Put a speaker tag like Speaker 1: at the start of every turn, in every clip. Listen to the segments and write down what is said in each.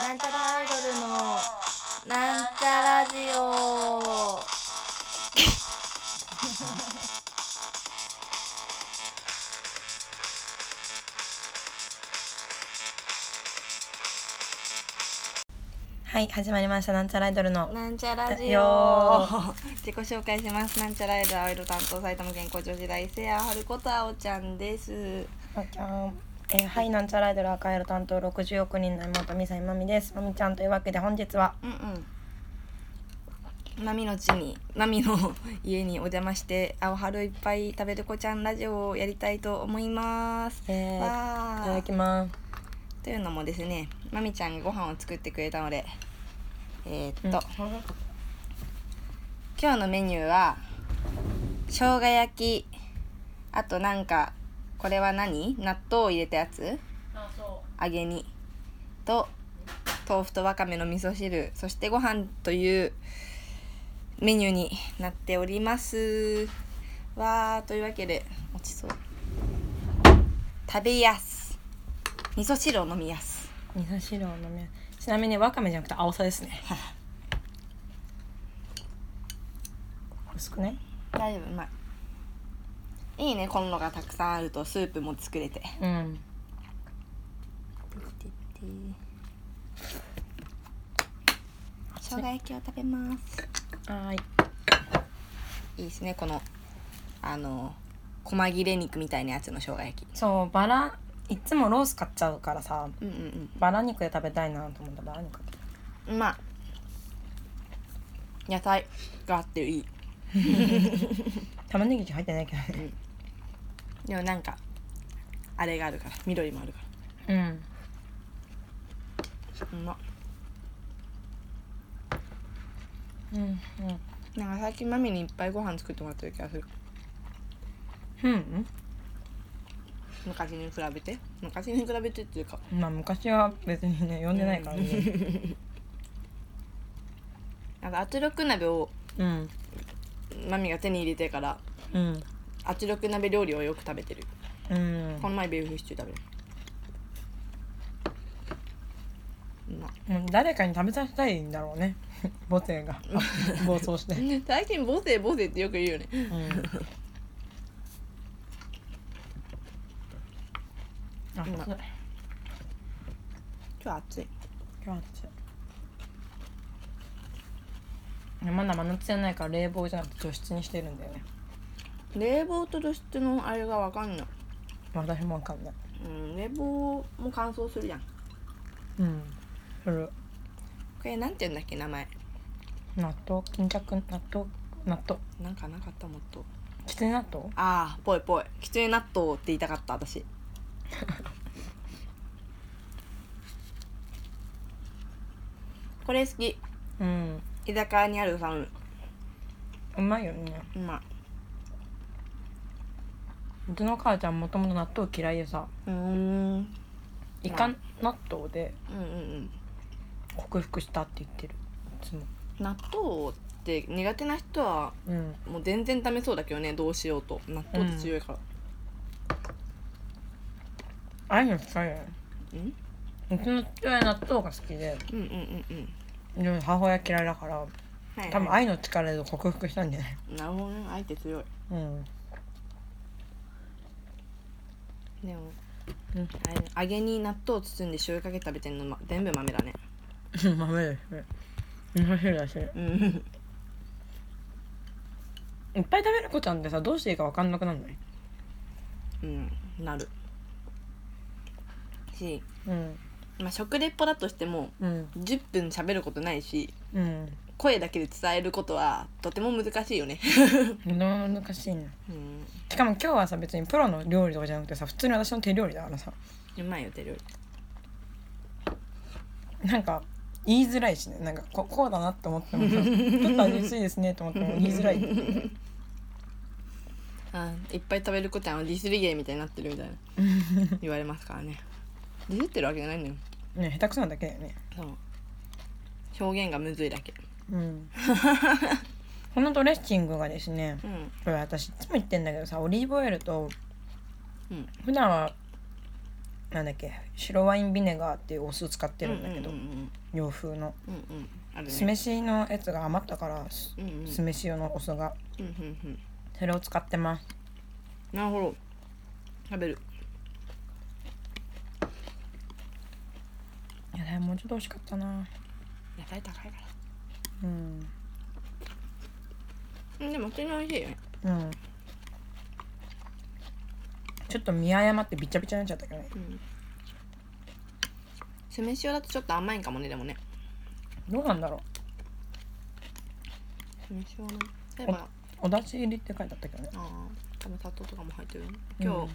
Speaker 1: なんちゃらアイドルのなんちゃラジオ
Speaker 2: はい始まりましたなんちゃらアイドルの
Speaker 1: なんちゃラジ
Speaker 2: よ
Speaker 1: オ 自己紹介しますなんちゃらアイドルアイドル担当埼玉県校長時代せやはることあおちゃんです
Speaker 2: まきゃんえーはいなんちゃらアイドル赤色担当60億人の妹ミサイマミですまみちゃんというわけで本日は
Speaker 1: うんうんマミの家にマミの家にお邪魔して青春いっぱい食べる子ちゃんラジオをやりたいと思います
Speaker 2: えーい
Speaker 1: わ
Speaker 2: ただ
Speaker 1: ー
Speaker 2: きます
Speaker 1: というのもですねまみちゃんがご飯を作ってくれたのでえーっと、
Speaker 2: うん
Speaker 1: 今日のメニューは生姜焼きあとなんかこれは何納豆を入れたやつ揚げにと豆腐とわかめの味噌汁そしてご飯というメニューになっておりますわーというわけで落ちそう食べやす味噌汁を飲みやす
Speaker 2: 味噌汁を飲みますちなみにわかめじゃなくて青さですね薄くね
Speaker 1: 大丈夫うまいいいねコンロがたくさんあるとスープも作れて
Speaker 2: うん
Speaker 1: 生姜焼きを食べます
Speaker 2: はーい
Speaker 1: いいですねこのあの細切れ肉みたいなやつの生姜焼き
Speaker 2: そうバラいつもロース買っちゃうからさ
Speaker 1: うんうん
Speaker 2: バラ肉で食べたいなと思ったらバラ肉買った
Speaker 1: うんまあ野菜があっていい
Speaker 2: 玉ねぎ入ってないけどね
Speaker 1: でもなんかあれがあるから緑もあるか
Speaker 2: うん
Speaker 1: らうま
Speaker 2: うん
Speaker 1: なんか最近マミにいっぱいご飯作ってもらってる気がする
Speaker 2: うんうん
Speaker 1: 昔に比べて昔に比べてっていうか
Speaker 2: まあ昔は別にね呼んでないからね
Speaker 1: なんか圧力鍋を
Speaker 2: うん
Speaker 1: マミが手に入れてから
Speaker 2: うん
Speaker 1: 圧力鍋料理をよく食べてる
Speaker 2: うん
Speaker 1: この前ビーフシチュー食べるうま
Speaker 2: もう誰かに食べさせたいんだろうね 母性 が暴走して
Speaker 1: 最近母性母性ってよく言うよね
Speaker 2: うんあ暑い
Speaker 1: 今今日暑い
Speaker 2: 今日暑いまだ真夏じゃないから冷房じゃなくて除湿にしてるんだよね
Speaker 1: 冷房と露出のあれがわかんない、
Speaker 2: 私もわかんない
Speaker 1: うん、冷房も乾燥するやんこ
Speaker 2: うんそれ
Speaker 1: れなんて言うんだっけ名前
Speaker 2: 納豆巾着納豆納豆
Speaker 1: なんかなかったもっと
Speaker 2: きつね納豆
Speaker 1: ああぽいぽいきつね納豆って言いたかった 私これ好き
Speaker 2: うん
Speaker 1: 居酒屋にあるサウン
Speaker 2: うまいよね
Speaker 1: うま
Speaker 2: うちの母ちゃんもともと納豆嫌いでさ
Speaker 1: いうん
Speaker 2: イカ納豆で
Speaker 1: うんうんうん
Speaker 2: 克服したって言ってるいつも
Speaker 1: 納豆って苦手な人は
Speaker 2: うん
Speaker 1: もう全然ダメそうだけどねどうしようと納豆って強いから
Speaker 2: ああいうの使うよね
Speaker 1: うん
Speaker 2: うちの父親納豆が好きで
Speaker 1: うんうんうんうん
Speaker 2: でも母親嫌いだから
Speaker 1: はい、はい、
Speaker 2: 多分愛の力で克服したんじゃない
Speaker 1: なるほどね相手強い
Speaker 2: うん
Speaker 1: でも、
Speaker 2: うん
Speaker 1: あれね揚げに納豆を包んで醤油かけて食べてんの、ま、全部豆だね
Speaker 2: 豆ですね味噌汁だしいっ
Speaker 1: うん
Speaker 2: ぱい食べる子ちゃんってさどうしていいか分かんなくなんない
Speaker 1: うんなるし、
Speaker 2: うん
Speaker 1: まあ、食レポだとしても
Speaker 2: うん
Speaker 1: 10分喋ることないし
Speaker 2: うん
Speaker 1: 声だけで伝えることはとても難しいよね
Speaker 2: でも難しいな
Speaker 1: うん
Speaker 2: しかも今日はさ別にプロの料理とかじゃなくてさ普通に私の手料理だからさ
Speaker 1: うまいよ手料理
Speaker 2: なんか言いづらいしねなんかここうだなって思っ てもさちょっと味薄いですねと思っても言いづらいっていうね
Speaker 1: あいっぱい食べる子ちゃんはディスリゲーみたいになってるみたいな言われますからねディスってるわけじゃないのよ
Speaker 2: ね下手くそなだけだよね
Speaker 1: そう表現がむずいだけ
Speaker 2: うん このドレッシングがですね
Speaker 1: うん
Speaker 2: これ私いつも言ってんだけどさオリーブオイルと
Speaker 1: うん
Speaker 2: 普段はなんだっけ白ワインビネガーっていうお酢使ってるんだけど、
Speaker 1: うんうん
Speaker 2: 洋風の
Speaker 1: うんうんうんあるね
Speaker 2: 酢飯のやつが余ったから、す
Speaker 1: うんうん
Speaker 2: 酢飯用のお酢が
Speaker 1: うんうんうん
Speaker 2: それを使ってます
Speaker 1: なるほど食べる
Speaker 2: 野菜もうちょっと美味しかったな
Speaker 1: 野菜高いか
Speaker 2: うん
Speaker 1: らうんでも普通に美味しいよね
Speaker 2: うんちょっと見誤ってびちゃびちゃになっちゃったけどね
Speaker 1: うん酢飯用だとちょっと甘いんかもねでもね
Speaker 2: どうなんだろ
Speaker 1: 酢飯用の例えば
Speaker 2: うお出汁入りって書いてあったけどね
Speaker 1: あー多分砂糖とかも入ってるよね今日、
Speaker 2: うん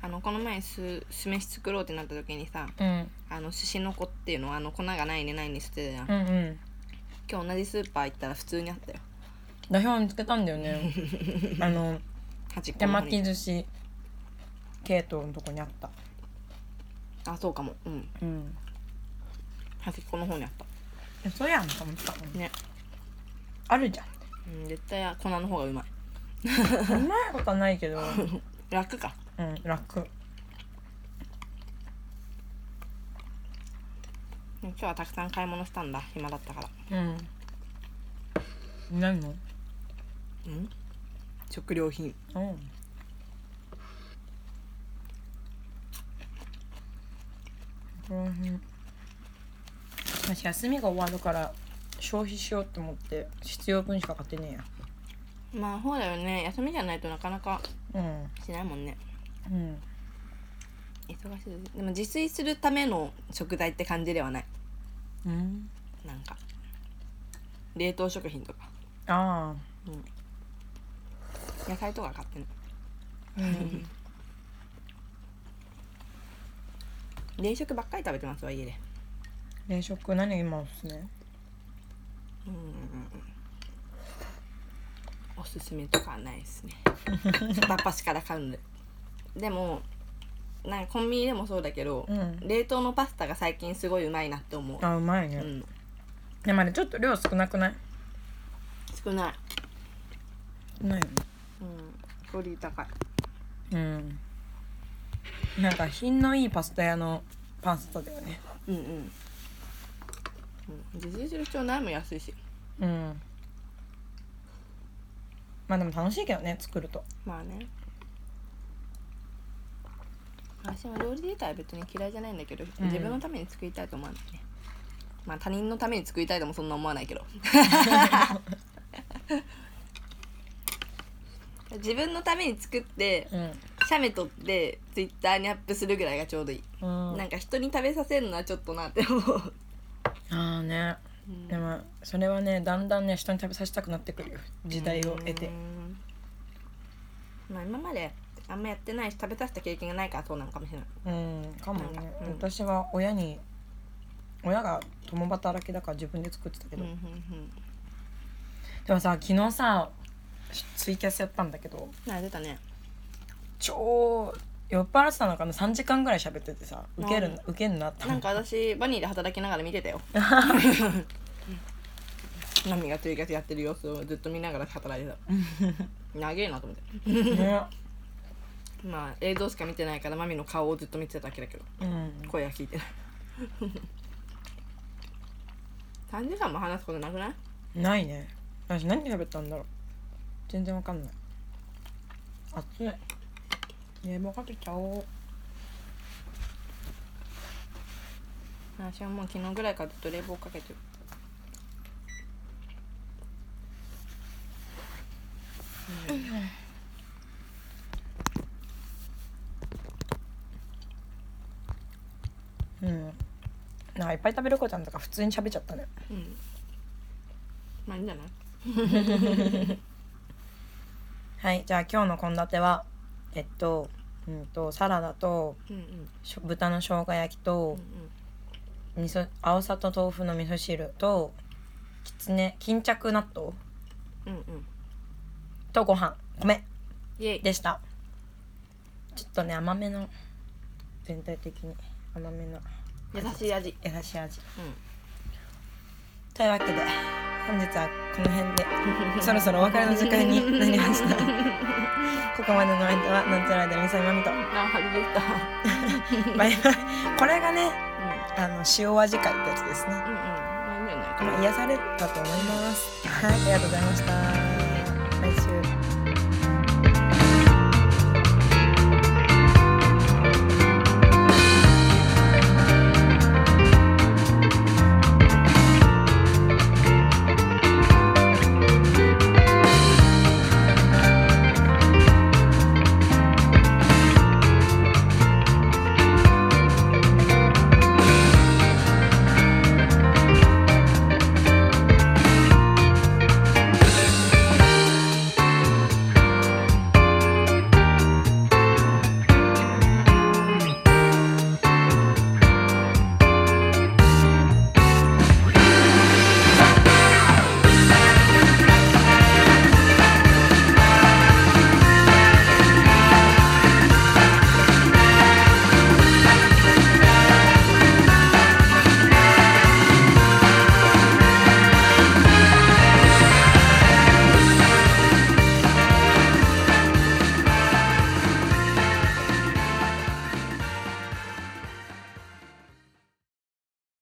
Speaker 1: あのこの前酢酢飯作ろうってなった時にさ
Speaker 2: うん
Speaker 1: あの寿司の粉っていうのはあの粉がないねないねしてたじゃん
Speaker 2: うんうん
Speaker 1: 今日同じスーパー行ったら普通にあったよ
Speaker 2: 代表見つけたんだよ ねあの
Speaker 1: 端っこ
Speaker 2: 手
Speaker 1: の方
Speaker 2: 巻
Speaker 1: に
Speaker 2: き寿司系統のとこにあった
Speaker 1: あそうかもうん
Speaker 2: うん
Speaker 1: 端っこの方にあった
Speaker 2: そうやんと思った
Speaker 1: ね
Speaker 2: あるじゃん
Speaker 1: うん絶対粉の方がうまいう
Speaker 2: まいことはないけど、
Speaker 1: 楽か
Speaker 2: うん、楽。
Speaker 1: でも今日はたくさん買い物したんだ暇だったから
Speaker 2: うん。何の？
Speaker 1: うん食料品
Speaker 2: うん。この辺私休みが終わるから消費しようと思って必要分しか買ってね
Speaker 1: まあそうだよね休みじゃないとなかなか
Speaker 2: えや。
Speaker 1: しないもんね
Speaker 2: うん。うん。
Speaker 1: 忙しいでも自炊するための食材って感じではない
Speaker 2: うん。
Speaker 1: なんか冷凍食品とか
Speaker 2: あ
Speaker 1: 野菜とか買ってない
Speaker 2: あ。うん。
Speaker 1: 冷食ばっかり食べてますわ家で
Speaker 2: 冷食何今おすすめ？
Speaker 1: うんうんうんおすすめとかはないですね 片っ端から買うんででもなんかコンビニでもそうだけど、
Speaker 2: うん。
Speaker 1: 冷凍のパスタが最近すごいうまいなって思う、
Speaker 2: あうまいうね。
Speaker 1: ん、
Speaker 2: でもあれちょっと量少なくない？
Speaker 1: 少ない、
Speaker 2: 少ないよね。
Speaker 1: うん、クオリティ高い
Speaker 2: うん。なんか品のいいパスタ屋のパスタだよね。
Speaker 1: うんうん、うん、自炊する必要ないもん安いし
Speaker 2: うん。まあでも楽しいけどね作ると。
Speaker 1: まあね私は料理自体は別に嫌いじゃないんだけど、
Speaker 2: うん
Speaker 1: 自分のために作りたいと思わないねまあ他人のために作りたいともそんな思わないけ ど自分のために作って
Speaker 2: うん。
Speaker 1: 写メ撮ってツイッターにアップするぐらいがちょうどいい、
Speaker 2: うん、
Speaker 1: な
Speaker 2: あ
Speaker 1: んか人に食べさせるのはちょっとなって思う、
Speaker 2: あねでもそれはねだんだんね人に食べさせたくなってくるよ時代を得て
Speaker 1: うんまあ今まであんまやってないし食べさせた経験がないからそうなのかもしれない
Speaker 2: うんかもね、
Speaker 1: うん
Speaker 2: 私は親に親が共働きだから自分で作ってたけ
Speaker 1: うん
Speaker 2: ど、
Speaker 1: うんうん
Speaker 2: でもさ昨日さツイキャスやったんだけど
Speaker 1: あ出たね
Speaker 2: 超酔っ払ってたのかな3時間ぐらい喋っててさウケるなウケんなって
Speaker 1: なんか 私バニーで働きながら見て たよナミがツイキャスやってる様子をずっと見ながら働いてた長えなと思って
Speaker 2: ね、
Speaker 1: まあ映像しか見てないからマミの顔をずっと見てただけだけど
Speaker 2: うん、
Speaker 1: 声は聞いてない 3時間も話すことなくない
Speaker 2: ないね私何喋ったんだろう全然わかんない暑い冷房かけちゃおう
Speaker 1: 私はもう昨日ぐらいからずっと冷房かけてる
Speaker 2: うんなんかいっぱい食べる子ちゃんとか普通に喋っちゃったね
Speaker 1: うんまあいいんじゃない
Speaker 2: はいじゃあ今日の献立はえっとうんとサラダと
Speaker 1: うんうん
Speaker 2: しょ豚の生姜焼きと
Speaker 1: う
Speaker 2: 味噌青さと豆腐の味噌汁ときつね巾着納豆
Speaker 1: んうんうんうん
Speaker 2: とご飯米
Speaker 1: イエイ
Speaker 2: でしたちょっとね甘めの全体的に甘めの
Speaker 1: 優しい味
Speaker 2: 優しい味
Speaker 1: うん
Speaker 2: というわけで本日はこの辺 でそろそろお別れの時間になりましたここまでのお相手はなんちゃらでみさいまみと
Speaker 1: あ外れた。
Speaker 2: バイバイこれがね
Speaker 1: うん
Speaker 2: あの塩味会ってやつですね
Speaker 1: うんうん。なんじゃないかな。
Speaker 2: まあ癒されたと思いますはいありがとうございました来週